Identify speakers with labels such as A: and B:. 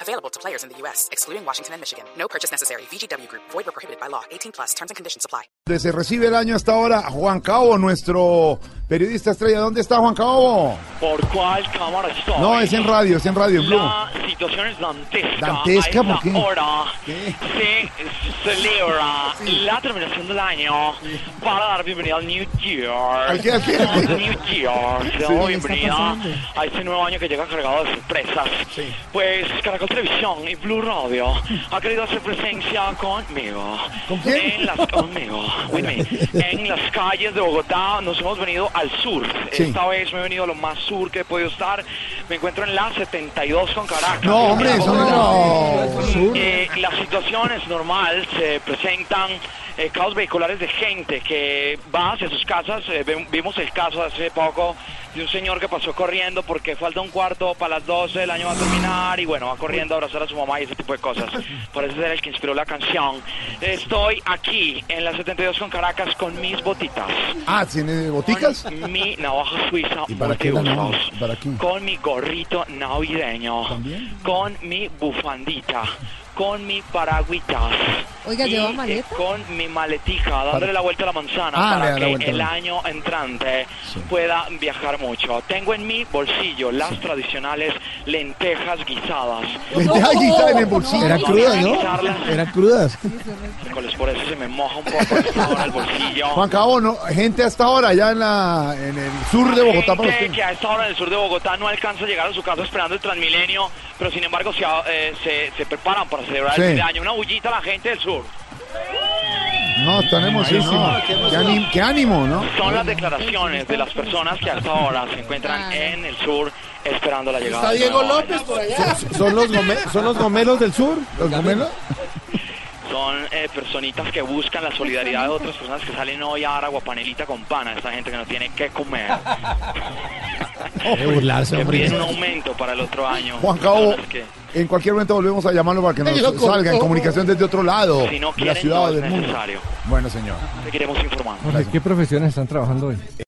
A: Available to players in the U.S., excluding Washington and Michigan. No purchase necessary. VGW Group, void or prohibited by law. 18 plus terms and conditions apply.
B: Donde se recibe el año hasta ahora, Juan Cabo, nuestro periodista estrella. ¿Dónde está Juan Cabo?
C: ¿Por cuál cámara estoy?
B: No, es en radio, es en radio, en Blue.
C: La situación es dantesca.
B: ¿Dantesca?
C: A esta
B: ¿Por qué?
C: hora
B: ¿Qué?
C: se celebra la terminación del año para dar bienvenida al New Year.
B: ¿Al qué, al qué, al qué?
C: New Year.
B: Sí.
C: Te damos bienvenida a este nuevo año que llega cargado de sorpresas.
B: Sí.
C: Pues Caracol Televisión y Blue Radio ha querido hacer presencia conmigo.
B: ¿Con quién?
C: En las, conmigo, with me. En las calles de Bogotá nos hemos venido al sur.
B: Sí.
C: Esta vez me he venido a lo más sur que he podido estar. Me encuentro en la 72 con Caracas.
B: No, hombre, eso no.
C: Eh, la situación es normal, se presentan eh, caos vehiculares de gente que va hacia sus casas. eh, ve- vimos el caso hace poco de un señor que pasó corriendo porque falta un cuarto para las 12, el año va a terminar y bueno, va corriendo a abrazar a su mamá y ese tipo de cosas. Parece ser el que inspiró la canción. Estoy aquí en la 72 con Caracas con mis botitas.
B: Ah, ¿tiene
C: con
B: boticas?
C: Mi navaja suiza
B: ¿Y para qué la
C: multiusos,
B: navaja? ¿Y para qué?
C: Con mi gorrito navideño.
B: ¿También?
C: Con mi bufandita. Con mi paragüitas.
D: Oiga,
C: y,
D: ¿lleva
C: eh,
D: maleta?
C: con mi maletica, dándole la vuelta a la manzana
B: Ah, le da
C: para
B: la vuelta
C: que
B: a la
C: el
B: manzana.
C: año entrante
B: Sí.
C: pueda viajar mucho. Tengo en mi bolsillo las tradicionales lentejas guisadas.
B: Lenteja guisa en el bolsillo.
E: Era cruda, ¿no?
C: Guisarlas.
E: Era crudas.
C: Miércoles, Por eso se me moja un poco esta hora el bolsillo.
B: Juan Cabo, no, gente hasta ahora allá en, la, en el sur de Bogotá para
C: gente
B: usted.
C: que a esta hora en el sur de Bogotá no alcanza a llegar a su casa esperando el Transmilenio, pero sin embargo se, eh, se, se preparan para celebrar
B: Sí.
C: el fin de año. Una bullita a la gente del sur.
B: No, están emocionados. Qué, anim- qué ánimo, ¿no?
C: Son las declaraciones de las personas que a esta hora se encuentran en el sur esperando la llegada. del nuevo año.
B: por allá.
E: ¿Son los, gome- son los gomelos del sur?
B: ¿Los gomelos?
C: Son eh, personitas que buscan la solidaridad de otras personas que salen hoy a dar aguapanelita con pana. Esta gente que no tiene que comer.
E: Debe burlarse,
C: Que piden
E: hombre.
C: un aumento para el otro año.
B: Juan Cabo,
C: Personas que
B: en cualquier momento volvemos a llamarlo para que nos salga en comunicación desde otro lado
C: Si no
B: de la
C: quieren,
B: ciudad
C: no
B: o
C: es
B: del mundo.
C: necesario.
B: Bueno, señor.
C: Seguiremos informando.
E: ¿Qué profesiones están trabajando hoy?